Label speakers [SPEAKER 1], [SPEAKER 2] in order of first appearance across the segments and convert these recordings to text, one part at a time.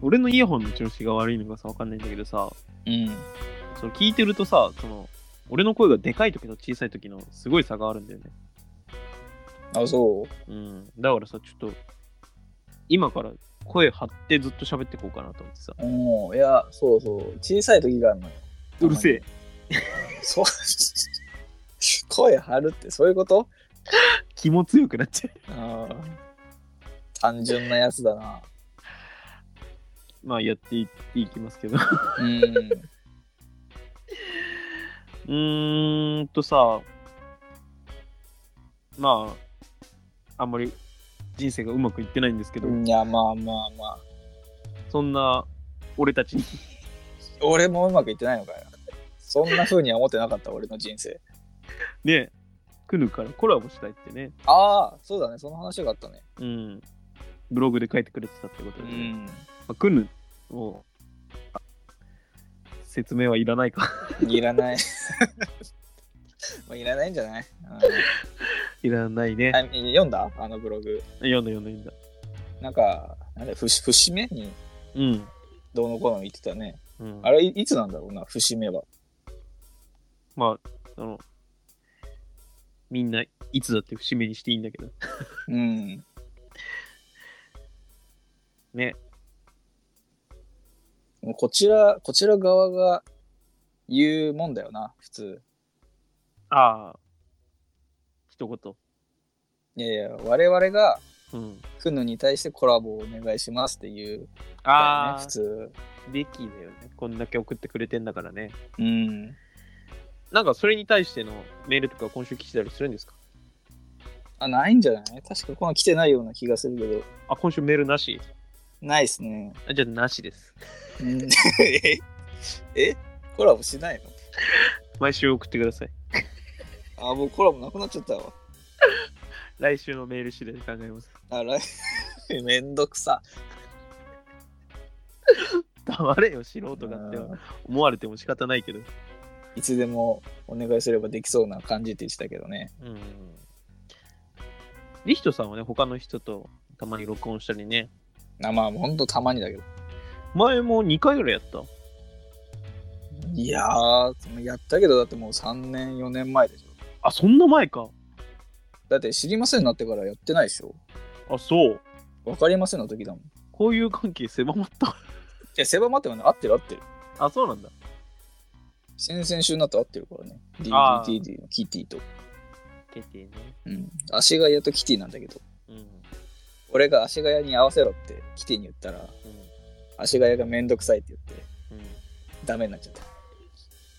[SPEAKER 1] 俺のイヤホンの調子が悪いのかさ、わかんないんだけどさ、
[SPEAKER 2] うん。
[SPEAKER 1] その聞いてるとさ、その、俺の声がでかい時と小さい時のすごい差があるんだよね。
[SPEAKER 2] あ、そう。
[SPEAKER 1] うん。だからさ、ちょっと、今から声張ってずっと喋ってこうかなと思ってさ。
[SPEAKER 2] うん、いや、そうそう。小さい時があるのよ。
[SPEAKER 1] うるせえ。
[SPEAKER 2] そう。 声張るってそういうこと
[SPEAKER 1] 気も強くなっちゃう。
[SPEAKER 2] あー単純なやつだな。
[SPEAKER 1] まあ、やっていいきますけど。
[SPEAKER 2] うん。
[SPEAKER 1] うーんとさ、まあ、あんまり人生がうまくいってないんですけど、
[SPEAKER 2] いや、まあまあまあ。
[SPEAKER 1] そんな俺たちに、
[SPEAKER 2] 俺もうまくいってないのかよ。そんな風には思ってなかった、俺の人生。
[SPEAKER 1] ね、クヌからコラボしたいってね、
[SPEAKER 2] ああ、そうだね。その話があったね。
[SPEAKER 1] うん、ブログで書いてくれてたってこと
[SPEAKER 2] う
[SPEAKER 1] で、ま
[SPEAKER 2] ん。
[SPEAKER 1] あ、クヌをあ説明はいらないか。
[SPEAKER 2] いらない。 もういらないんじゃない、
[SPEAKER 1] いらないね。
[SPEAKER 2] うん、あ読んだあのブログ。
[SPEAKER 1] 読んだ読んだ読んだ。
[SPEAKER 2] なんか、なんだ節節目に
[SPEAKER 1] うん。
[SPEAKER 2] どうのこうの言ってたね。
[SPEAKER 1] うん、
[SPEAKER 2] あれい、いつなんだろうな、節目は。
[SPEAKER 1] まあ、その、みんないつだって節目にしていいんだけど、
[SPEAKER 2] うん。
[SPEAKER 1] ね、
[SPEAKER 2] もうこちら、こちら側が言うもんだよな、普通。
[SPEAKER 1] ああ、一言。
[SPEAKER 2] いやいや、我々が
[SPEAKER 1] うん。
[SPEAKER 2] クヌに対してコラボをお願いしますって言うんだよ
[SPEAKER 1] あ
[SPEAKER 2] ね、
[SPEAKER 1] あ
[SPEAKER 2] 普、通。
[SPEAKER 1] べきだよね。こんだけ送ってくれてんだからね。
[SPEAKER 2] うん。
[SPEAKER 1] なんかそれに対してのメールとか今週来てたりするんですか
[SPEAKER 2] あ、ないんじゃない確かこの来てないような気がするけど、
[SPEAKER 1] あ、今週メールなし
[SPEAKER 2] ないっすね。
[SPEAKER 1] あじゃあなしです。
[SPEAKER 2] うん ええコラボしないの
[SPEAKER 1] 毎週送ってください。
[SPEAKER 2] あ、もうコラボなくなっちゃったわ。
[SPEAKER 1] 来週のメール次第考えます。
[SPEAKER 2] あら、 めんどくさ。
[SPEAKER 1] 黙れよ、素人がって
[SPEAKER 2] うん
[SPEAKER 1] 思われても仕方ないけど。
[SPEAKER 2] いつでもお願いすればできそうな感じって言ってたけどね。
[SPEAKER 1] うん。リヒトさんはね、他の人とたまに録音したりね。
[SPEAKER 2] あまあ、ほんとたまにだけど。
[SPEAKER 1] 前も2回ぐらいやった。
[SPEAKER 2] いやー、やったけど、だってもう3年、4年前でしょ。
[SPEAKER 1] あ、そんな前か。
[SPEAKER 2] だって知りませんになってからやってないでしょ。
[SPEAKER 1] あ、そう。
[SPEAKER 2] わかりませんの時だもん。い
[SPEAKER 1] こういう関係狭まった。
[SPEAKER 2] や、狭まってもね、合ってる合ってる。
[SPEAKER 1] あ、そうなんだ。
[SPEAKER 2] 先々週になって合ってるからね。
[SPEAKER 1] あー
[SPEAKER 2] DDDD のキティと。
[SPEAKER 1] ててね。
[SPEAKER 2] うん。足がやとキティなんだけど。
[SPEAKER 1] うん。
[SPEAKER 2] 俺が足がやに合わせろってキティに言ったら、足がやがめんどくさいって言って、
[SPEAKER 1] うん。うん。
[SPEAKER 2] ダメになっちゃった。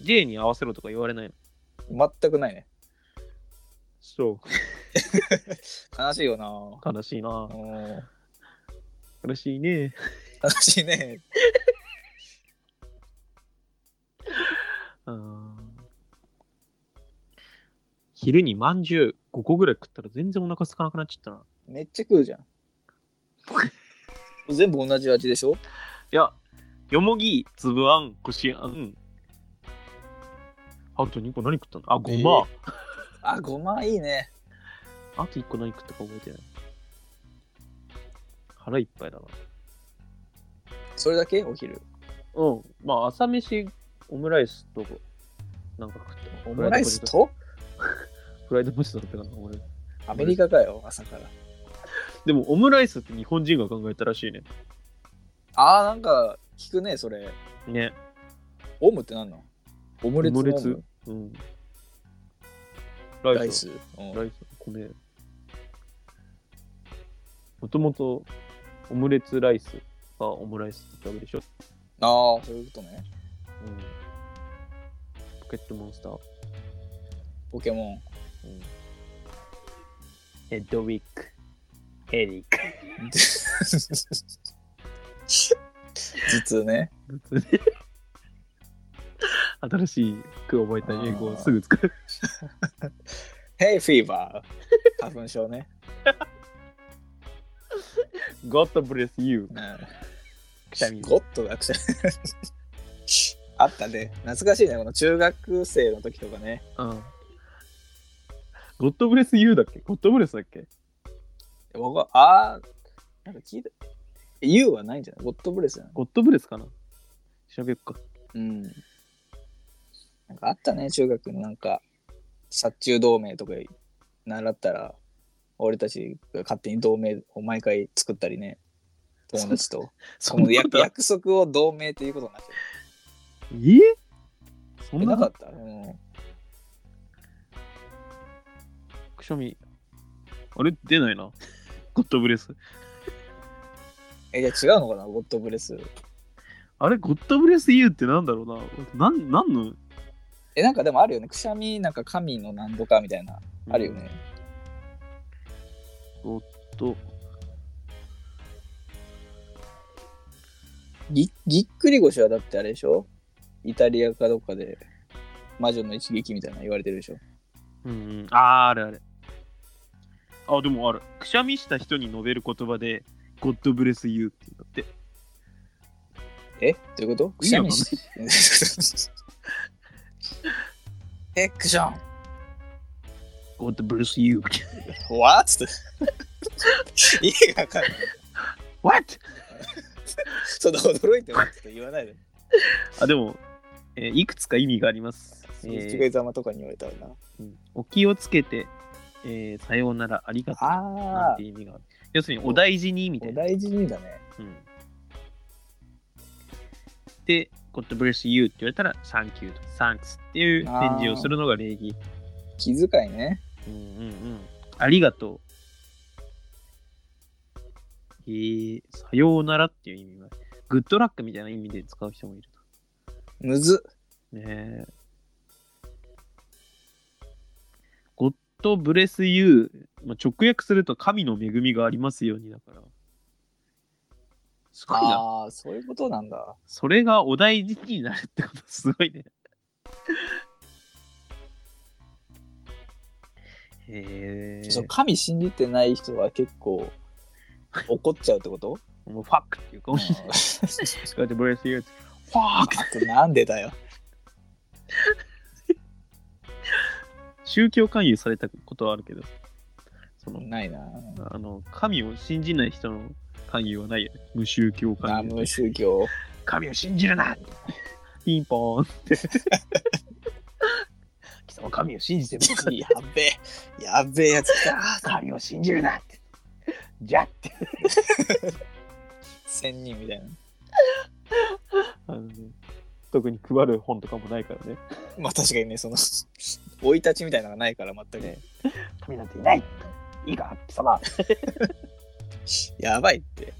[SPEAKER 1] J に合わせろとか言われないの
[SPEAKER 2] 全くないね。
[SPEAKER 1] そう。
[SPEAKER 2] 悲しいよな
[SPEAKER 1] 悲しいな
[SPEAKER 2] ぁ。うん
[SPEAKER 1] 悲しいね。
[SPEAKER 2] 悲しいね。
[SPEAKER 1] うん昼にまんじゅう5個ぐらい食ったら全然お腹空かなくなっちゃったな。
[SPEAKER 2] めっちゃ食うじゃん。全部同じ味でしょ
[SPEAKER 1] いや、よもぎ、つぶあん、こしあん。あと2個何食ったのあ、ごま。
[SPEAKER 2] あ、ごまいいね。
[SPEAKER 1] あと1個何食ったか覚えてない。腹いっぱいだな。
[SPEAKER 2] それだけお昼。
[SPEAKER 1] うん。まあ、朝飯、オムライスと、なんか食った。
[SPEAKER 2] オムライスと
[SPEAKER 1] フライドポテトだったかな、俺。
[SPEAKER 2] アメリカかよ、朝から。
[SPEAKER 1] でも、オムライスって日本人が考えたらしいね。
[SPEAKER 2] あー、なんか聞くね、それ。
[SPEAKER 1] ね。
[SPEAKER 2] オムってなんのオムレツの
[SPEAKER 1] オムレツ
[SPEAKER 2] オム
[SPEAKER 1] うん。ラ
[SPEAKER 2] ラ
[SPEAKER 1] イ
[SPEAKER 2] イ
[SPEAKER 1] ス。
[SPEAKER 2] ス。うん
[SPEAKER 1] ライス、米。もともと、オムレツライスがオムライスってわけでしょ。
[SPEAKER 2] あー、そういうことね。
[SPEAKER 1] うん。ポケットモンスター。
[SPEAKER 2] ポケモン。
[SPEAKER 1] うん。ヘッドウィック。ヘリック。
[SPEAKER 2] 頭痛ね。
[SPEAKER 1] 新しい句を覚えた英語をすぐ使う。
[SPEAKER 2] ヘイフィーバー。花粉症ね。
[SPEAKER 1] God bless you. く
[SPEAKER 2] く
[SPEAKER 1] しゃみ
[SPEAKER 2] ゴッドがくしゃみ。 あったね。懐かしいね。この中学生の時とかね。
[SPEAKER 1] うん。God bless you だっけ ?God bless だっけ
[SPEAKER 2] 僕は、あー、なんか聞いた。 U はないんじゃないゴッドブレスじゃない
[SPEAKER 1] ゴッドブレスかな調べよっか。
[SPEAKER 2] うん。なんかあったね、中学のなんか、殺虫同盟とか習ったら、俺たちが勝手に同盟を毎回作ったりね、友達 と。その約
[SPEAKER 1] や
[SPEAKER 2] 約束を同盟っていうことになってる
[SPEAKER 1] えそ
[SPEAKER 2] え
[SPEAKER 1] んな
[SPEAKER 2] な
[SPEAKER 1] こ
[SPEAKER 2] か
[SPEAKER 1] と
[SPEAKER 2] った、うん、
[SPEAKER 1] くしゃみ。あれ出ないな。ゴッドブレス。
[SPEAKER 2] え、じゃあ違うのかな、ゴッドブレス。
[SPEAKER 1] あれ、ゴッドブレス U ってなんだろうな。なん、なんの
[SPEAKER 2] え、なんかでもあるよね、くしゃみ、なんか神の何度かみたいな、あるよね。。
[SPEAKER 1] ゴッド、
[SPEAKER 2] ぎぎっくり腰はだってあれでしょイタリアかどっかで魔女の一撃みたいな言われてるでしょ
[SPEAKER 1] うんうん。あー、あれあれ。あ、でもある。くしゃみした人に述べる言葉で、ゴッドブレス U って言うんだって。
[SPEAKER 2] えどういうことくしゃみしえクション
[SPEAKER 1] ゴッドブレス U。
[SPEAKER 2] What? 意味がわかんない
[SPEAKER 1] What?
[SPEAKER 2] その驚いてますって言わないで
[SPEAKER 1] あ、でも、えーいくつか意味があります。えー
[SPEAKER 2] 一ざまとかに言われたらな
[SPEAKER 1] うんお気をつけて、えーさようなら、ありがとう。なん
[SPEAKER 2] あ
[SPEAKER 1] て意味がある。要するに、お大事にみた
[SPEAKER 2] お
[SPEAKER 1] いな。
[SPEAKER 2] 大事にだね
[SPEAKER 1] うん、で、God bless you って言われたら、Thank you と Thanks っていう返事をするのが礼儀。
[SPEAKER 2] 気遣いね
[SPEAKER 1] うんうんうん。ありがとう。えー、さようならっていう意味は、グッドラックみたいな意味で使う人もいる
[SPEAKER 2] むず
[SPEAKER 1] と。ねえ。God bless you、まあ、直訳すると神の恵みがありますようにだから。すごいな。
[SPEAKER 2] ああそういうことなんだ
[SPEAKER 1] それがお題時期になるってことすごいね。へえ。
[SPEAKER 2] そう神信じてない人は結構怒っちゃうってこと
[SPEAKER 1] もうファックっていうかもしれない。こうやってブレス言うファック
[SPEAKER 2] あとなんでだよ。
[SPEAKER 1] 宗教勧誘されたことはあるけど、その、
[SPEAKER 2] ないな。
[SPEAKER 1] あの、神を信じない人の勧誘はないよね。無宗教勧
[SPEAKER 2] 南
[SPEAKER 1] 誘。
[SPEAKER 2] 無宗教。
[SPEAKER 1] 神を信じるなピンポーンって。 貴様神を信じてもいい
[SPEAKER 2] やっべえ。やっべえやつ来た。
[SPEAKER 1] 神を信じるなって。じゃって。
[SPEAKER 2] 千人みたいな。
[SPEAKER 1] あのね、特に配る本とかもないからね。
[SPEAKER 2] まあ確かにね、その、生い立ちみたいなのがないから全く。
[SPEAKER 1] ね神なんていないいいか貴様
[SPEAKER 2] やばいって。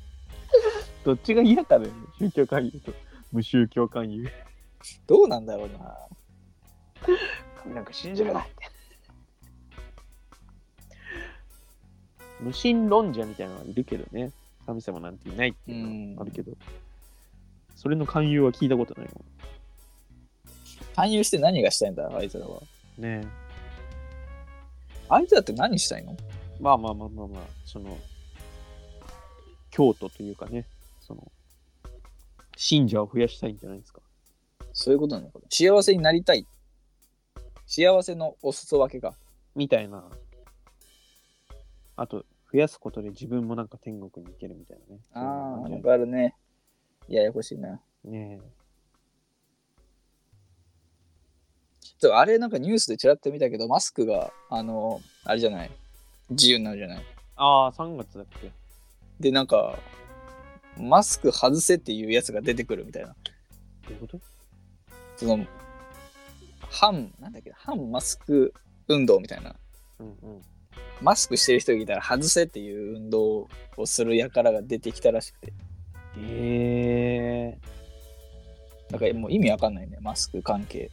[SPEAKER 1] どっちが嫌かだよね。宗教勧誘と無宗教勧誘。
[SPEAKER 2] どうなんだろうな。
[SPEAKER 1] 神なんか信じるなって。無神論者みたいなのはいるけどね。神様なんていないっていうのはあるけど。それの勧誘は聞いたことないも
[SPEAKER 2] 勧誘して何がしたいんだ、あいつらは。
[SPEAKER 1] ん。ねえ。
[SPEAKER 2] あいつらって何したいの
[SPEAKER 1] まあまあまあまあまあ、その、京都というかね、その、信者を増やしたいんじゃないですか。
[SPEAKER 2] そういうことなのかな。幸せになりたい。幸せのお裾分けか。
[SPEAKER 1] みたいな。あと、増やすことで自分もなんか天国に行けるみたいなね。
[SPEAKER 2] あ
[SPEAKER 1] そ
[SPEAKER 2] あ、
[SPEAKER 1] うい
[SPEAKER 2] わ
[SPEAKER 1] う
[SPEAKER 2] かるね。ややこしいな。
[SPEAKER 1] のねえ
[SPEAKER 2] そうあれなんかニュースでちらっと見たけど、マスクが、あの、あれじゃない。自由になるじゃない。
[SPEAKER 1] ああ、3月だっけ。
[SPEAKER 2] で、なんか、マスク外せっていうやつが出てくるみたいな。
[SPEAKER 1] どういうこと
[SPEAKER 2] その、反、なんだっけ、反マスク運動みたいな。
[SPEAKER 1] うんうん。
[SPEAKER 2] マスクしてる人がいたら外せっていう運動をする輩が出てきたらしくて。
[SPEAKER 1] ええ
[SPEAKER 2] だからもう意味わかんないね、マスク関係。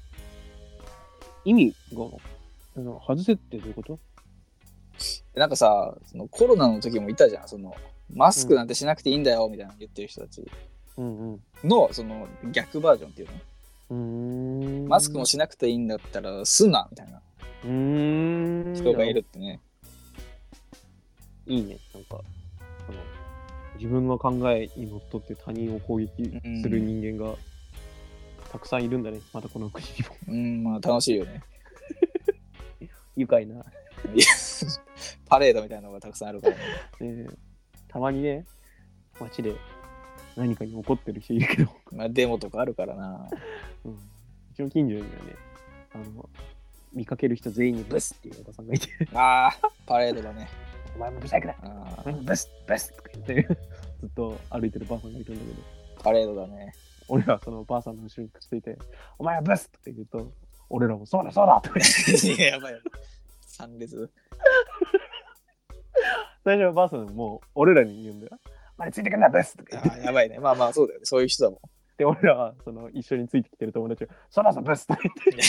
[SPEAKER 1] 意味が、あの外せってどういうこと
[SPEAKER 2] でなんかさ、そのコロナの時もいたじゃん。その、マスクなんてしなくていいんだよみたいなの言ってる人たち
[SPEAKER 1] うんうん。
[SPEAKER 2] の、その逆バージョンっていうの。
[SPEAKER 1] うーん
[SPEAKER 2] マスクもしなくていいんだったらすんなみたいな
[SPEAKER 1] うーん
[SPEAKER 2] 人がいるってね。
[SPEAKER 1] いいね。なんか、その、自分の考えにのっとって他人を攻撃する人間がたくさんいるんだね。またこの国にも。
[SPEAKER 2] うん、まあ楽しいよ ね。
[SPEAKER 1] 愉快な。
[SPEAKER 2] いやパレードみたいなのがたくさんあるからね。
[SPEAKER 1] ねたまにね、街で何かに怒ってる人いるけど、
[SPEAKER 2] まあ、デモとかあるからな。
[SPEAKER 1] うん、うちの近所にはね、あの、見かける人全員にブスっていうおばさんがいて、
[SPEAKER 2] ああ、パレードだね。
[SPEAKER 1] お前もブサイクだ
[SPEAKER 2] あ
[SPEAKER 1] お前もブスブスとか言って、 ずっと歩いてるばあさんがいるんだけど、
[SPEAKER 2] ーパレードだね。
[SPEAKER 1] 俺らはそのばあさんの後ろにくっついて、お前はブスとか言うと、俺らもそうだそうだとか言って、
[SPEAKER 2] やばい。参列。
[SPEAKER 1] 最初はばあさんもう俺らに言うんだよ。お前ついてくんな、ブスとか
[SPEAKER 2] あ
[SPEAKER 1] 言って。
[SPEAKER 2] ーやばいね。まあまあ、そうだよね。そういう人だもん。
[SPEAKER 1] で、俺らはその一緒についてきてる友達が、そらそブスとか言って、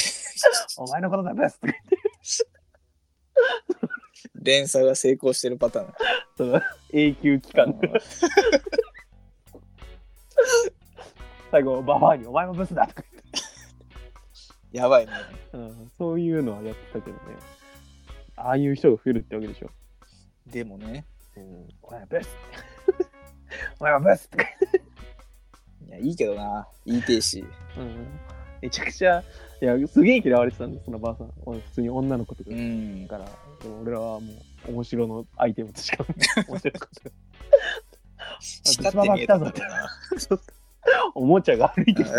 [SPEAKER 1] お前のことだブスとか言って、
[SPEAKER 2] 連鎖が成功してるパターン。
[SPEAKER 1] その永久期間 で、最後、ババアにお前もブスだとか言って、
[SPEAKER 2] やばいね。
[SPEAKER 1] うん、そういうのはやってたけどね。ああいう人が増えるってわけでしょ。
[SPEAKER 2] でもね。
[SPEAKER 1] うん、お前はブス お前はブスとか
[SPEAKER 2] いや、いいけどな。いいてえし。
[SPEAKER 1] うんめちゃくちゃ、いや、すげえ嫌われてたんです、そのばあさん。俺普通に女の子とか
[SPEAKER 2] う
[SPEAKER 1] だ
[SPEAKER 2] ん。
[SPEAKER 1] から、でも俺らはもう、面白のアイテムとし か面白いことが
[SPEAKER 2] 光って見えたんだろうな。
[SPEAKER 1] おもちゃが歩いてきた。いや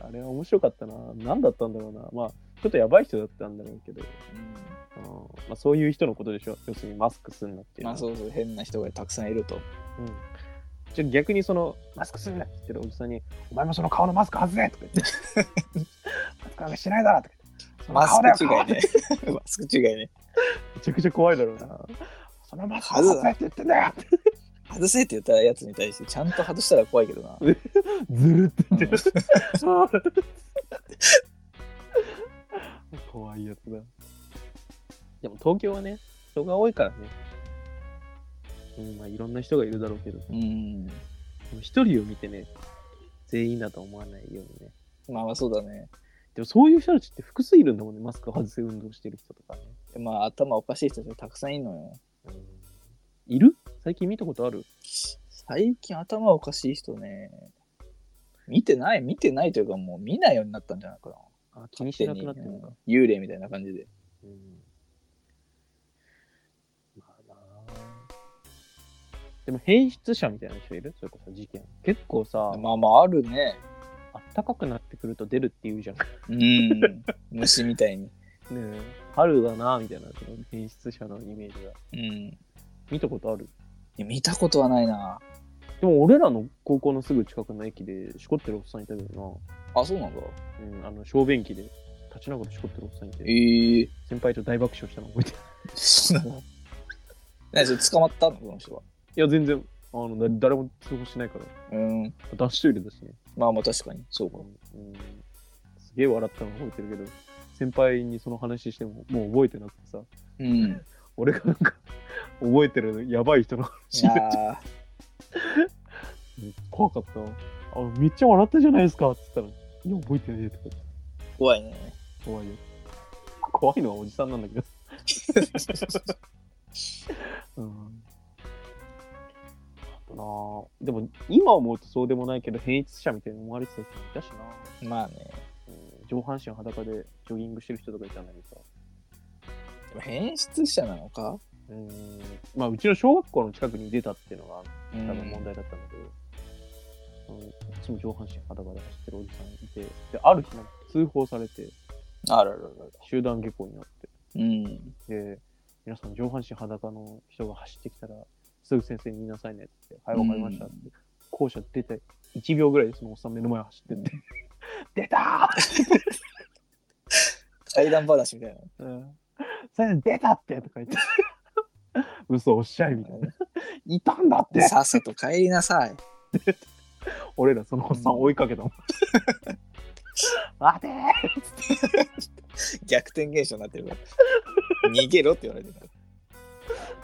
[SPEAKER 1] あれは面白かったな。何だったんだろうな。まあ、ちょっとやばい人だったんだろうけど、
[SPEAKER 2] う
[SPEAKER 1] う
[SPEAKER 2] ん
[SPEAKER 1] んまあ、そういう人のことでしょ。要するにマスクすんなっていうのは
[SPEAKER 2] まあそうそう、変な人がたくさんいると。
[SPEAKER 1] うんじゃあ逆にそのマスクすんなって言ってるおじさんに「お前もその顔のマスク外せ!」とか言 って「マスクなんかしないだろ!」とか言って「その
[SPEAKER 2] マス
[SPEAKER 1] 顔だよ
[SPEAKER 2] ク違いね。 マスク違いね。
[SPEAKER 1] 顔めちゃくちゃ怖いだろうなそのマスク外せって言ってんだよ
[SPEAKER 2] 外せって言ったやつに対して、ちゃんと外したら怖いけどな。
[SPEAKER 1] ずるって言って
[SPEAKER 2] う
[SPEAKER 1] る
[SPEAKER 2] ん
[SPEAKER 1] 怖いやつだでも東京はね人が多いからねうんまあいろんな人がいるだろうけど
[SPEAKER 2] うん。
[SPEAKER 1] 一人を見てね全員だと思わないようにね
[SPEAKER 2] まあまあそうだね。
[SPEAKER 1] でもそういう人たちって複数いるんだもんね、マスク外せ運動してる人とかね。
[SPEAKER 2] まあ頭おかしい人たちたくさんいるのよ。
[SPEAKER 1] いる最近見たことある
[SPEAKER 2] 最近頭おかしい人ね。見てない、見てないというかもう見ないようになったんじゃないかな。
[SPEAKER 1] あ気にしなくなってるのか。
[SPEAKER 2] 幽霊みたいな感じで。
[SPEAKER 1] うんまあなあでも変質者みたいな人いるそれこそ事件。結構さ、
[SPEAKER 2] まあまああるね。
[SPEAKER 1] あったかくなってくると出るって言うじゃん。ね
[SPEAKER 2] うん。虫みたいに。
[SPEAKER 1] え春だなみたいな、その変質者のイメージが。
[SPEAKER 2] うん。
[SPEAKER 1] 見たことある
[SPEAKER 2] いや見たことはないな。
[SPEAKER 1] でも俺らの高校のすぐ近くの駅でしこってるおっさんいたけど
[SPEAKER 2] あ、そうなんだ。
[SPEAKER 1] な、うん、あの小便器で立ちながらしこってるおっさんいて。
[SPEAKER 2] ええ
[SPEAKER 1] 先輩と大爆笑したの覚えてる
[SPEAKER 2] そうなの 何それ捕まったのこの人は。
[SPEAKER 1] いや全然あのだ誰も通報しないから
[SPEAKER 2] うん。
[SPEAKER 1] ダッシュ入れだしね、
[SPEAKER 2] まあまあ確かに。そうか。
[SPEAKER 1] うん、すげえ笑ったの覚えてるけど先輩にその話してももう覚えてなくてさ
[SPEAKER 2] うん。
[SPEAKER 1] 俺がなんか 覚えてるやばい人の
[SPEAKER 2] い
[SPEAKER 1] 話
[SPEAKER 2] や
[SPEAKER 1] が
[SPEAKER 2] ー
[SPEAKER 1] 怖かったわあめっちゃ笑ったじゃないですかって言ったら「いや覚えてねえ」とか言って
[SPEAKER 2] 怖いね。
[SPEAKER 1] 怖いよ怖いのはおじさんなんだけど、うん、あとなあでも今思うとそうでもないけど変質者みたいに思われてた人もいたしな
[SPEAKER 2] まあね。
[SPEAKER 1] うん上半身裸でジョギングしてる人とかいたんだけどさ、
[SPEAKER 2] でも変質者なのか
[SPEAKER 1] うんまあ、うちの小学校の近くに出たっていうのが
[SPEAKER 2] う
[SPEAKER 1] 多
[SPEAKER 2] ん
[SPEAKER 1] 分問題だったんだけど、あのいつも上半身裸で走ってるおじさんいて、である日なんか通報されて、
[SPEAKER 2] あらららら。
[SPEAKER 1] 集団下校になっ
[SPEAKER 2] うん。
[SPEAKER 1] て、で皆さん上半身裸の人が走ってきたら、すぐ先生に言いなさいねって言って、はい、わかりましたって、校舎出て、1秒ぐらいでそのおっさん目の前走ってって、 出たー
[SPEAKER 2] 怪談話みたいな。
[SPEAKER 1] うんそれで出たってとか言って。嘘おっしゃいみたいな。いたんだ って
[SPEAKER 2] さっさと帰りなさい。
[SPEAKER 1] 俺らそのおっさん追いかけたもん。 待てー
[SPEAKER 2] 逆転現象になってる から。逃げろって言われてる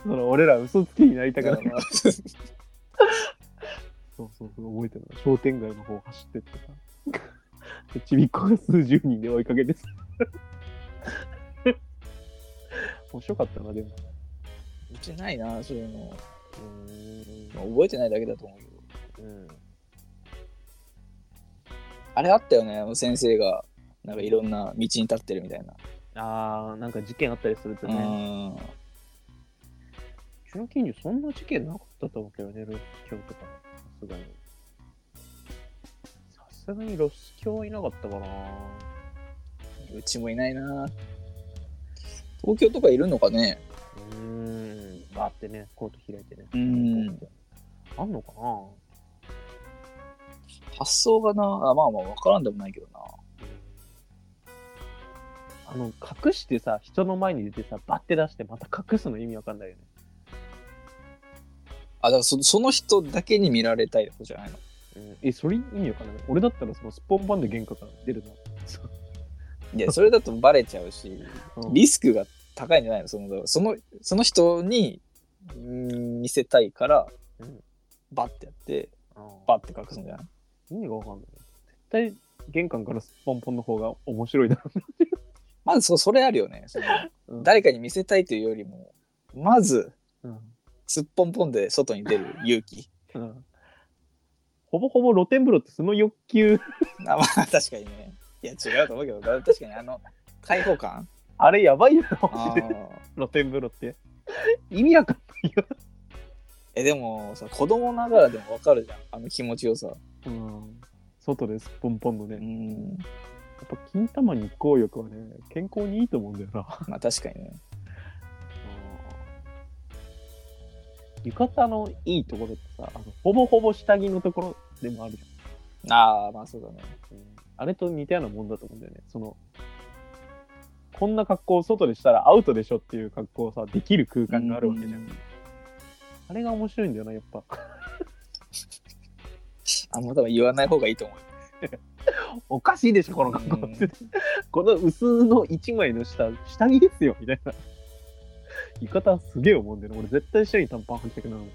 [SPEAKER 1] その俺ら嘘つきになりたく
[SPEAKER 2] だ
[SPEAKER 1] な
[SPEAKER 2] か
[SPEAKER 1] い
[SPEAKER 2] ら。まあ
[SPEAKER 1] そうそうそう、覚えてるな。商店街の方走ってってさ。でちびっこが数十人で追いかけてさ。面白かったな、でも。
[SPEAKER 2] うちないな、そういうの。
[SPEAKER 1] うん
[SPEAKER 2] まあ覚えてないだけだと思うけ
[SPEAKER 1] う
[SPEAKER 2] ど。
[SPEAKER 1] ん。
[SPEAKER 2] あれあったよね、先生が、なんかいろんな道に立ってるみたいな。
[SPEAKER 1] ああ、なんか事件あったりすると
[SPEAKER 2] う
[SPEAKER 1] ね。
[SPEAKER 2] ん。
[SPEAKER 1] ちの近所そんな事件なかったと思うけどね、ロス教とかねさすがに。さすがにロス教はいなかったかな。
[SPEAKER 2] うちもいないな東京とかいるのかね
[SPEAKER 1] うーん、バーってね、コート開いてね。
[SPEAKER 2] うん。
[SPEAKER 1] あんのかな
[SPEAKER 2] 発想がなあまあまあ分からんでもないけどな
[SPEAKER 1] あの、隠してさ、人の前に出てさ、バッて出して、また隠すの意味わかんないよね。
[SPEAKER 2] あだからそその人だけに見られたいってことじゃないの
[SPEAKER 1] うん、え、それ意味わかんない。俺だったら、そのスポンバンで玄関から出るな。そう
[SPEAKER 2] いやそれだとバレちゃうし
[SPEAKER 1] うん
[SPEAKER 2] リスクが高いんじゃないのそのそのその人にうん見せたいから、
[SPEAKER 1] うん
[SPEAKER 2] バッてやって
[SPEAKER 1] うん
[SPEAKER 2] バッて隠すんじゃない
[SPEAKER 1] 意味がわかんない。絶対、玄関からスポンポンの方が面白いだろ
[SPEAKER 2] まずそそれあるよねその
[SPEAKER 1] うね。
[SPEAKER 2] 誰かに見せたいというよりもまず
[SPEAKER 1] うん
[SPEAKER 2] すっぽんぽんで外に出る勇気
[SPEAKER 1] うんほぼほぼ露天風呂ってその欲求、
[SPEAKER 2] あまあ確かにねいや違うと思うけどだ確かにあの開放感
[SPEAKER 1] あれやばいよ、
[SPEAKER 2] あー
[SPEAKER 1] 露天風呂って。意味わかんないよ。
[SPEAKER 2] えでもさ子供ながらでもわかるじゃんあの気持ちよさ
[SPEAKER 1] うん、外ですっぽんぽんのね
[SPEAKER 2] う。ん
[SPEAKER 1] やっぱ金玉日光浴はね、健康にいいと思うんだよな。
[SPEAKER 2] まあ確かにね
[SPEAKER 1] 浴衣のいいところってさ、あのほぼほぼ下着のところでもあるじ
[SPEAKER 2] ああまあそうだね
[SPEAKER 1] ゃん、あれと似たようなもんだと思うんだよね。その、こんな格好を外でしたらアウトでしょっていう格好をさ、できる空間があるわけじゃん。
[SPEAKER 2] うん
[SPEAKER 1] あれが面白いんだよな、やっぱ。
[SPEAKER 2] あんま多分言わない方がいいと思う
[SPEAKER 1] おかしいでしょ、この格好って。 この薄の一枚の下、下着ですよ、みたいな。浴衣すげえ思うんだよね。俺絶対下に短パン履きたくなるも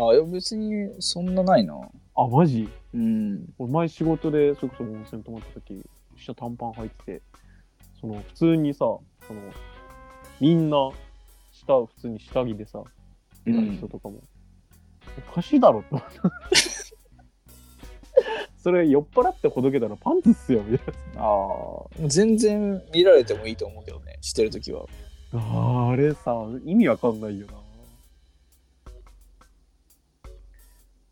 [SPEAKER 1] ん。
[SPEAKER 2] ああいや別にそんなないな
[SPEAKER 1] あ、マジ
[SPEAKER 2] うん
[SPEAKER 1] 俺前仕事でそれこそ温泉泊まった時下短パン履いててその普通にさそのみんな下普通に下着でさ偉い人とかも、おかしいだろって思ったそれ酔っ払ってほどけたらパンツっすよみたい
[SPEAKER 2] ああ全然見られてもいいと思うけどねしてるときは
[SPEAKER 1] なあーあれさ意味わかんないよな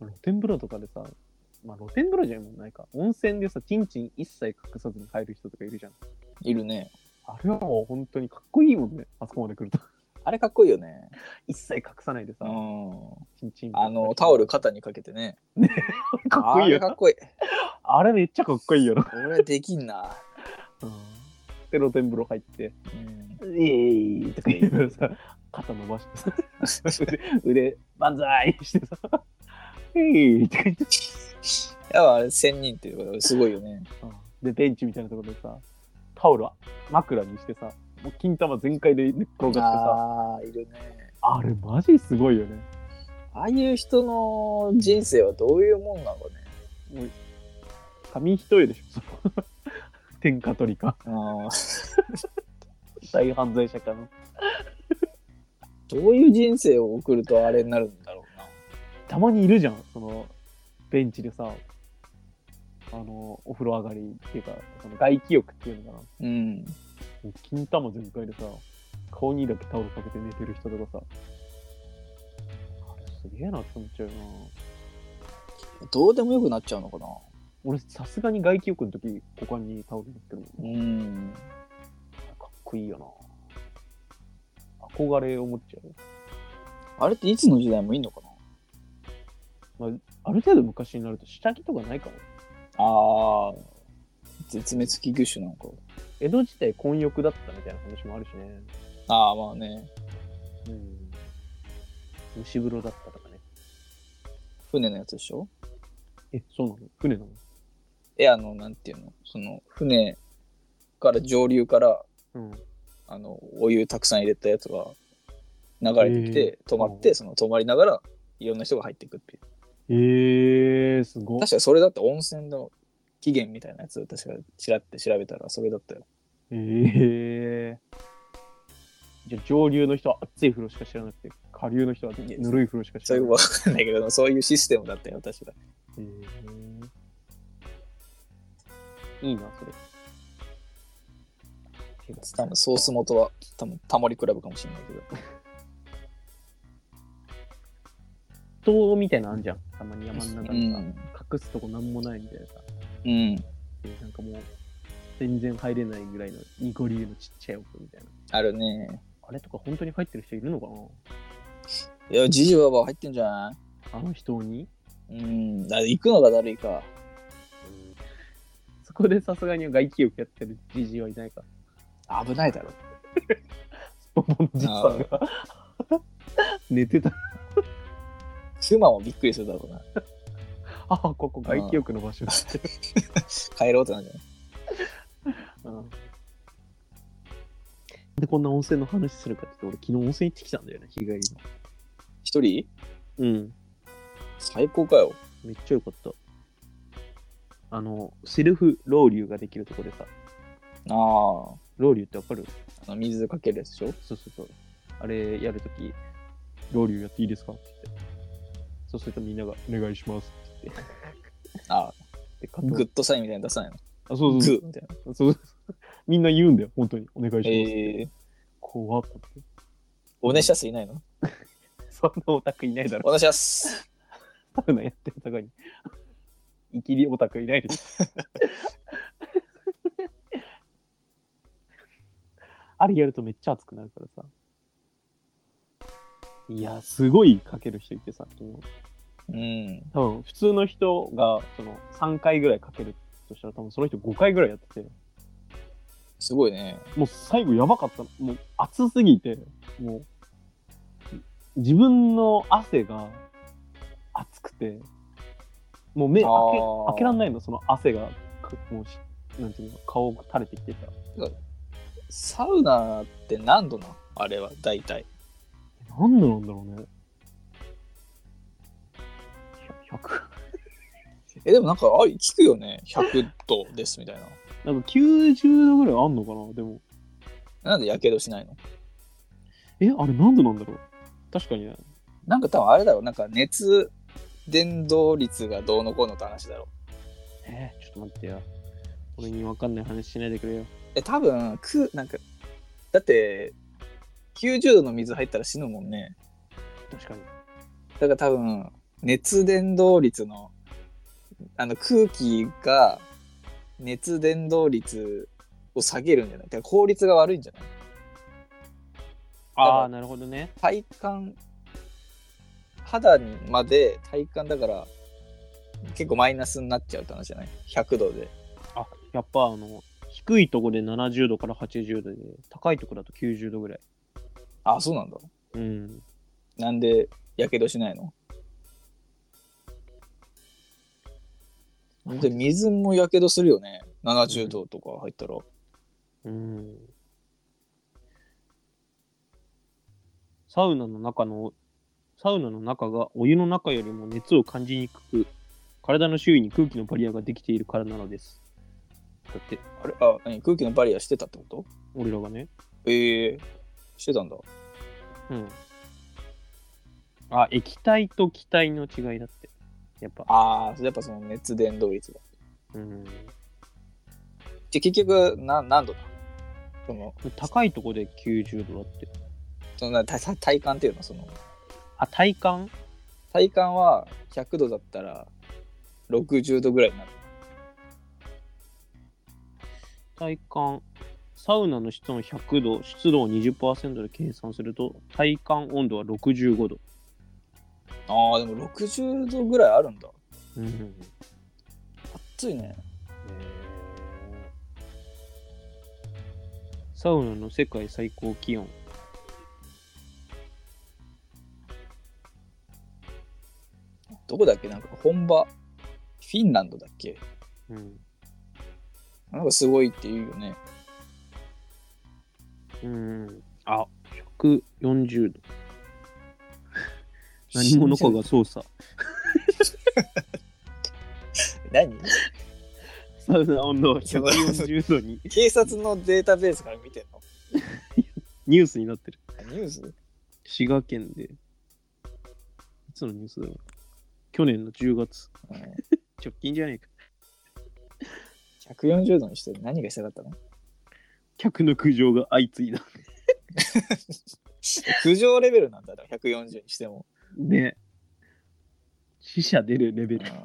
[SPEAKER 1] 露天風呂とかでさまあ露天風呂じゃもんないか温泉でさチンチン一切隠さずに入る人とかいるじゃん
[SPEAKER 2] いるね
[SPEAKER 1] あれはもう本当にかっこいいもんね、あそこまで来ると。
[SPEAKER 2] あれかっこいいよね
[SPEAKER 1] 一切隠さないで
[SPEAKER 2] う
[SPEAKER 1] さ、
[SPEAKER 2] ん
[SPEAKER 1] チンチン。
[SPEAKER 2] あのタオル肩にかけてね
[SPEAKER 1] かっこいい
[SPEAKER 2] あれ
[SPEAKER 1] よ
[SPEAKER 2] か
[SPEAKER 1] な
[SPEAKER 2] っ。こいい
[SPEAKER 1] あれめっちゃかっこいいよな。
[SPEAKER 2] 俺できんな、
[SPEAKER 1] で、露天風呂入って、
[SPEAKER 2] うん、
[SPEAKER 1] イエーイとか言うてさ、肩伸ばしてさ、 腕、腕万歳してさ、イエーイとか言ってさ、
[SPEAKER 2] やっぱあれ1000人っていうことがすごいよね
[SPEAKER 1] で、ベンチみたいなところでさ、タオルは枕にしてさ、もう金玉全開で寝っ転がってさ、
[SPEAKER 2] ああいるね
[SPEAKER 1] あれマジすごいよね。
[SPEAKER 2] ああいう人の人生はどういうもんなのかね。
[SPEAKER 1] 紙一重でしょ、その天下取りか。
[SPEAKER 2] ああ、
[SPEAKER 1] 大犯罪者かの。
[SPEAKER 2] どういう人生を送るとあれになるんだろうな。
[SPEAKER 1] たまにいるじゃんそのベンチでさあのお風呂上がりっていうかその外気浴っていうのかな
[SPEAKER 2] うん。
[SPEAKER 1] もう金玉全開でさ顔にだけタオルかけて寝てる人とかさあれすげえなって思っちゃうよな
[SPEAKER 2] どうでもよくなっちゃうのかな。
[SPEAKER 1] 俺さすがに外気浴の時股間にタオル持ってるもん
[SPEAKER 2] うん。
[SPEAKER 1] かっこいいよな憧れ思っちゃう
[SPEAKER 2] あれっていつの時代もいいのかな。
[SPEAKER 1] ある程度昔になると下着とかないかも
[SPEAKER 2] ああ、絶滅危惧種なのか。
[SPEAKER 1] 江戸時代混浴だったみたいな話もあるしね
[SPEAKER 2] ああ、まあね。
[SPEAKER 1] うん蒸し風呂だったとかね
[SPEAKER 2] 船のやつでしょ
[SPEAKER 1] え、そうなの船なの
[SPEAKER 2] え、あの、なんていうのその、船から上流から、
[SPEAKER 1] うん。
[SPEAKER 2] あの、お湯たくさん入れたやつが流れてきて、止まっ
[SPEAKER 1] う
[SPEAKER 2] て、その、止まりながら、いろんな人が入っていくっていう。
[SPEAKER 1] えー、すごい。
[SPEAKER 2] 確かそれだって温泉の起源みたいなやつ私がちらって調べたらそれだったよ
[SPEAKER 1] えー。じゃあ上流の人は熱い風呂しか知らなくて、下流の人はぬるい風呂しか知
[SPEAKER 2] そ
[SPEAKER 1] ら
[SPEAKER 2] れ
[SPEAKER 1] な
[SPEAKER 2] 分
[SPEAKER 1] くて。
[SPEAKER 2] かんないけどそういうシステムだったよ確か
[SPEAKER 1] えーいいな、それ。
[SPEAKER 2] 多分ソース元は多分タモリクラブかもしれないけど
[SPEAKER 1] 塔みたいなのあんじゃん。たまに山の中
[SPEAKER 2] う
[SPEAKER 1] にさ、
[SPEAKER 2] ん。
[SPEAKER 1] 隠すとこなんもないみたいなさ。
[SPEAKER 2] うん。
[SPEAKER 1] でなんかもう、全然入れないぐらいのニコリーのちっちゃい奥みたいな。
[SPEAKER 2] あるね。
[SPEAKER 1] あれとか本当に入ってる人いるのか
[SPEAKER 2] いや、ジジババア入ってんじゃない
[SPEAKER 1] なあの人に、
[SPEAKER 2] うん。だ行くのがだるいか。
[SPEAKER 1] そこでさすがに外気浴やってるじじいはいないか。
[SPEAKER 2] 危ないだろ。
[SPEAKER 1] スポポのじいさんが寝てた。
[SPEAKER 2] クマもびっくりするだろうな。
[SPEAKER 1] ああ、ここ外気浴の場所だって。
[SPEAKER 2] 帰ろうってなるんじゃない
[SPEAKER 1] うんでこんな温泉の話するかって言って俺昨日温泉行ってきたんだよね日帰りの
[SPEAKER 2] 一人
[SPEAKER 1] うん
[SPEAKER 2] 最高かよ。
[SPEAKER 1] めっちゃ良かったあのセルフロウリュができるとこでさ
[SPEAKER 2] ああ。
[SPEAKER 1] ロウリュってわかる
[SPEAKER 2] あの水かけるやつでしょ
[SPEAKER 1] そうそうそう。あれやるとき、ロウリュやっていいですかって言って。そうするとみんなが、お願いしますって言って。
[SPEAKER 2] あ
[SPEAKER 1] で、加
[SPEAKER 2] あ。グッドサインみたいなの出さないの。
[SPEAKER 1] あ、そうそう
[SPEAKER 2] グッみたいな。
[SPEAKER 1] そうそうそう。みんな言うんだよ、本当に。お願いします。
[SPEAKER 2] ええー。
[SPEAKER 1] 怖っと思って。
[SPEAKER 2] おねしゃすいないの
[SPEAKER 1] そんなオタクいないだろ。
[SPEAKER 2] おねしゃす。
[SPEAKER 1] サウナやってるとこに。いきりオタクいないでしょ。 あれやるとめっちゃ熱くなるからさ。いや、すごいかける人いてさ、昨日。
[SPEAKER 2] うん。
[SPEAKER 1] 多分普通の人がその3回ぐらいかけるとしたら多分その人5回ぐらいやってて
[SPEAKER 2] すごいね。
[SPEAKER 1] もう最後やばかったのもう熱すぎてもう自分の汗が熱くてもう目
[SPEAKER 2] あ
[SPEAKER 1] 開
[SPEAKER 2] ー
[SPEAKER 1] け開けらんないのその汗がくもうしなんていうの顔垂れてきてさ
[SPEAKER 2] サウナって何度なのあれは大体。
[SPEAKER 1] 何度なんだろうねひゃ100
[SPEAKER 2] え、でもなんか、あ聞くよね。100度ですみたいな。
[SPEAKER 1] なんか90度ぐらいあんのかなでも
[SPEAKER 2] なんでやけどしないの
[SPEAKER 1] えあれ何度なんだろう確かにね
[SPEAKER 2] なんか多分あれだろう。なんか熱伝導率がどうのこうのって話だろ
[SPEAKER 1] えーちょっと待ってよ。俺に分かんない話しないでくれよ。
[SPEAKER 2] う。え、多分、く、なんか、だって、90度の水入ったら死ぬもんね。
[SPEAKER 1] 確かに。
[SPEAKER 2] だから多分、熱伝導率の、あの空気が熱伝導率を下げるんじゃないだから効率が悪いんじゃない
[SPEAKER 1] ああ、なるほどね。
[SPEAKER 2] 体感肌にまで体感だから結構マイナスになっちゃうって話じゃない100度で
[SPEAKER 1] あ、やっぱあの、低いとこで70度から80度で、高いとこだと90度ぐらい。
[SPEAKER 2] あそうなんだ
[SPEAKER 1] うん。
[SPEAKER 2] なんでやけどしないので水もやけどするよね70度とか入ったら、
[SPEAKER 1] うん。サウナの中の、サウナの中がお湯の中よりも熱を感じにくく、体の周囲に空気のバリアができているからなのです。だって、
[SPEAKER 2] あれあ何空気のバリアしてたってこと
[SPEAKER 1] 俺らがね。
[SPEAKER 2] ええしてたんだ
[SPEAKER 1] うん。あ、液体と気体の違いだって。やっぱ。
[SPEAKER 2] ああやっぱその熱伝導率だ
[SPEAKER 1] うん。
[SPEAKER 2] で結局な何度だその
[SPEAKER 1] 高いとこで90度だって。
[SPEAKER 2] そのな体体感っていうのはその
[SPEAKER 1] あ、体感
[SPEAKER 2] 体感は100度だったら60度ぐらいになる
[SPEAKER 1] 体感。サウナの室温100度、湿度を20%で計算すると、体感温度は65度。
[SPEAKER 2] あーでも60度ぐらいあるんだ
[SPEAKER 1] うん。
[SPEAKER 2] 暑いね
[SPEAKER 1] サウナの世界最高気温。
[SPEAKER 2] どこだっけなんか本場フィンランドだっけ
[SPEAKER 1] うん。
[SPEAKER 2] なんかすごいって言うよね
[SPEAKER 1] うん。あ、140度。何者かが操作。
[SPEAKER 2] 何
[SPEAKER 1] サウナ温度は140度 に
[SPEAKER 2] 警察のデータベースから見てんの
[SPEAKER 1] ニュースになってる。
[SPEAKER 2] ニュース
[SPEAKER 1] 滋賀県で。いつのニュースだろう去年の10月。
[SPEAKER 2] うん
[SPEAKER 1] 直近じゃないか。
[SPEAKER 2] 140度にして何がしたかったの
[SPEAKER 1] 客の苦情が相次いだ。
[SPEAKER 2] 苦情レベルなんだな140にしても
[SPEAKER 1] ね。死者出るレベル。
[SPEAKER 2] あ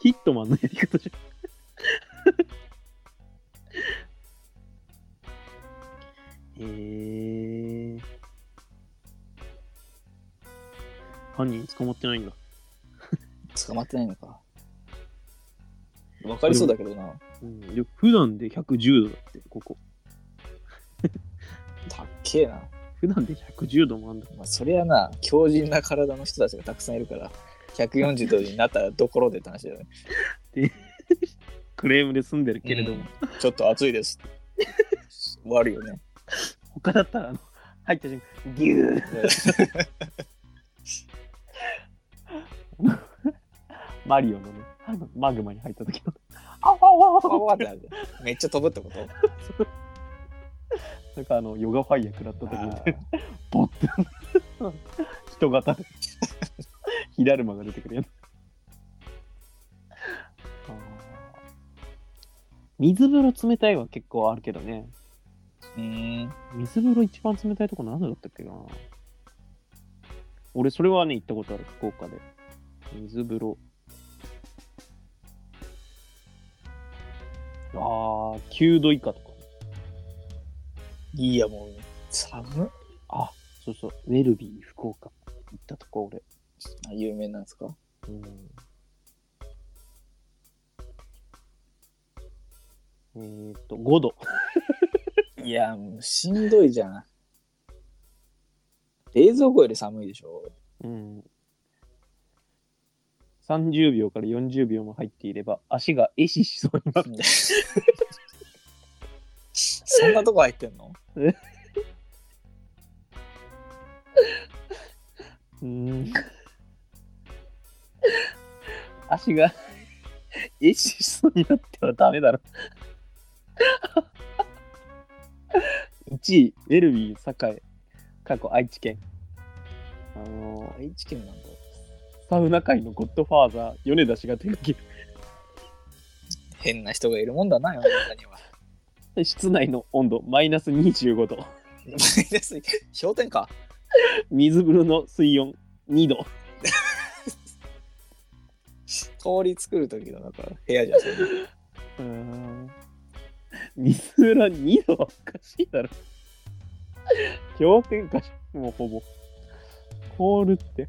[SPEAKER 1] ヒットマンのやり方じゃん。 へえー。犯人捕まってないんだ。
[SPEAKER 2] ー捕まってないのか。わかりそうだけどな。
[SPEAKER 1] うん、で普段で110度だって、ここ。
[SPEAKER 2] たっけえな。
[SPEAKER 1] 普段で110度もあんだ。
[SPEAKER 2] まあ、そりゃな、強靭な体の人たちがたくさんいるから、140度になったらどころでって話だよね。
[SPEAKER 1] クレームで済んでるけれども、
[SPEAKER 2] うんちょっと暑い です。終わるよね。
[SPEAKER 1] 他だったらあの入った瞬間、ギューマリオのね、あのマグマに入った時の、あわわわわ
[SPEAKER 2] わーってなるめっちゃ飛ぶってこと
[SPEAKER 1] なんかあの、ヨガファイヤー食らった時みたいな
[SPEAKER 2] あー
[SPEAKER 1] ポッて人型で火だるまが出てくるやつあー水風呂冷たいは結構あるけどね
[SPEAKER 2] うーん。
[SPEAKER 1] 水風呂一番冷たいとこ何度だったっけな俺それはね行ったことある福岡で水風呂あー9度以下とか
[SPEAKER 2] いいや、もう。寒っ
[SPEAKER 1] あそうそうウェルビー福岡行ったとこ俺
[SPEAKER 2] あ有名なんですか
[SPEAKER 1] えーっと、5度。
[SPEAKER 2] いや、もうしんどいじゃん。冷蔵庫より寒いでしょ。
[SPEAKER 1] うん。30秒から40秒も入っていれば、足が壊死しそうになる。
[SPEAKER 2] そんなとこ入ってんの
[SPEAKER 1] うん。足が壊死しそうになってはダメだろ。1位、ウェルビー栄、過去愛知県。あのー、
[SPEAKER 2] 愛知県なんだ。
[SPEAKER 1] サウナ界のゴッドファーザー、米田氏が手掛け
[SPEAKER 2] 変な人がいるもんだな、世の中には。
[SPEAKER 1] る室内の温度マイナス25度、
[SPEAKER 2] マイナス氷点下
[SPEAKER 1] 水風呂の水温2度、
[SPEAKER 2] 氷作る時のなんか部屋じゃんそれ。
[SPEAKER 1] 水風呂2度はおかしいだろ。氷点下しもうほぼ。凍るって。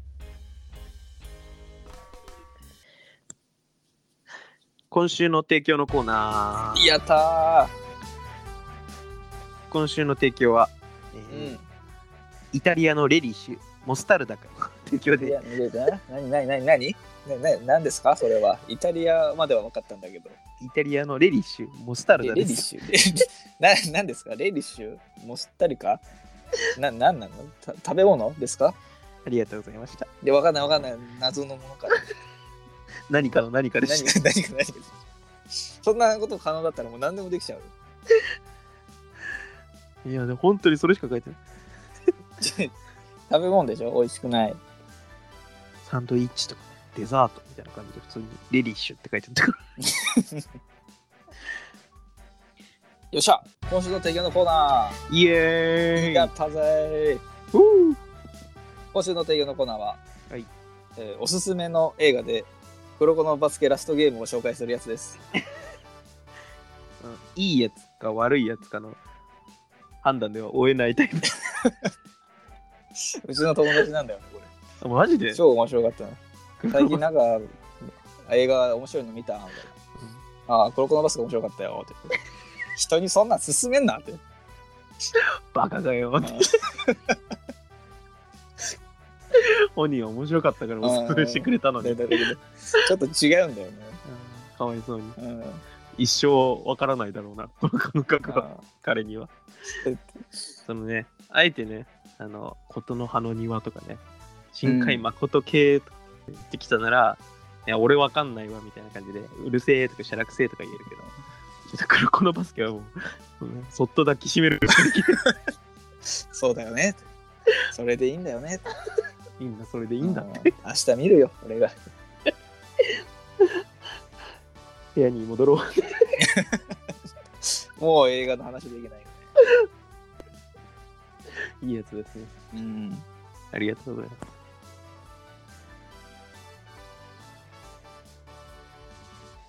[SPEAKER 1] 今週の提供のコーナー。
[SPEAKER 2] やった
[SPEAKER 1] 今週の提供は、え
[SPEAKER 2] ー。
[SPEAKER 1] ーイタリアのレリッシュ、モスタルダからの提供
[SPEAKER 2] い
[SPEAKER 1] で
[SPEAKER 2] や、なになになになになななんですかそれは。イタリアまでは分かったんだけど。
[SPEAKER 1] イタリアのレリッシュ、モスタル
[SPEAKER 2] レ
[SPEAKER 1] ダ
[SPEAKER 2] レデ
[SPEAKER 1] で
[SPEAKER 2] ィッ
[SPEAKER 1] す。
[SPEAKER 2] シュ ななんですかレディッシュモスタリカななんなのた食べ物ですか
[SPEAKER 1] ありがとうございました。
[SPEAKER 2] で、わかんないわかんない。謎のものから。
[SPEAKER 1] 何かの何かで
[SPEAKER 2] 何が
[SPEAKER 1] した。
[SPEAKER 2] 何が何がそんなこと可能だったらもう何でもできちゃう よ。
[SPEAKER 1] いや、でも本当にそれしか書いてない。
[SPEAKER 2] 食べ物でしょ美味しくない。
[SPEAKER 1] サンドイッチとか、デザートみたいな感じで、普通にレディッシュって書いてあったから。
[SPEAKER 2] よっしゃ今週の提供のコーナ
[SPEAKER 1] イ
[SPEAKER 2] ー
[SPEAKER 1] エ
[SPEAKER 2] や
[SPEAKER 1] ーイ
[SPEAKER 2] ったぜー
[SPEAKER 1] ふう
[SPEAKER 2] 今週の提供のコーナーは、
[SPEAKER 1] はい
[SPEAKER 2] えーおすすめの映画で黒子のバスケラストゲームを紹介するやつです。
[SPEAKER 1] うんいいやつか悪いやつかの判断では追えないタイプ。
[SPEAKER 2] うちの友達なんだよね、こ
[SPEAKER 1] あ マジで
[SPEAKER 2] れ。超面白かったな。 最近なんか映画面白いの見たみたいな。ああ、黒子のバスケ面白かったよって言って。人にそんなん勧めん なって。
[SPEAKER 1] バカがよ。本人は面白かったからおすすめしてくれたのに。
[SPEAKER 2] で
[SPEAKER 1] うん
[SPEAKER 2] でででちょっと違うんだよね。
[SPEAKER 1] かわいそうに。
[SPEAKER 2] うん、
[SPEAKER 1] 一生わからないだろうな、この感覚は、
[SPEAKER 2] あ
[SPEAKER 1] 彼には。
[SPEAKER 2] ー
[SPEAKER 1] そのね、あえてね、あの、琴の葉の庭とかね、深海誠系とか言ってきたなら、いや、俺わかんないわみたいな感じで、うるせえとかしゃらくせえとか言えるけど、だからこのバスケはもう、 もうねそっと抱きしめる。
[SPEAKER 2] そうだよね。それでいいんだよね。
[SPEAKER 1] いいんだ、それでい
[SPEAKER 2] い
[SPEAKER 1] いんだ。
[SPEAKER 2] 明日見るよ、俺が。
[SPEAKER 1] 部屋に戻ろう。
[SPEAKER 2] もう映画の話できないよね。
[SPEAKER 1] いいやつですね。
[SPEAKER 2] うん
[SPEAKER 1] ありがとうございます。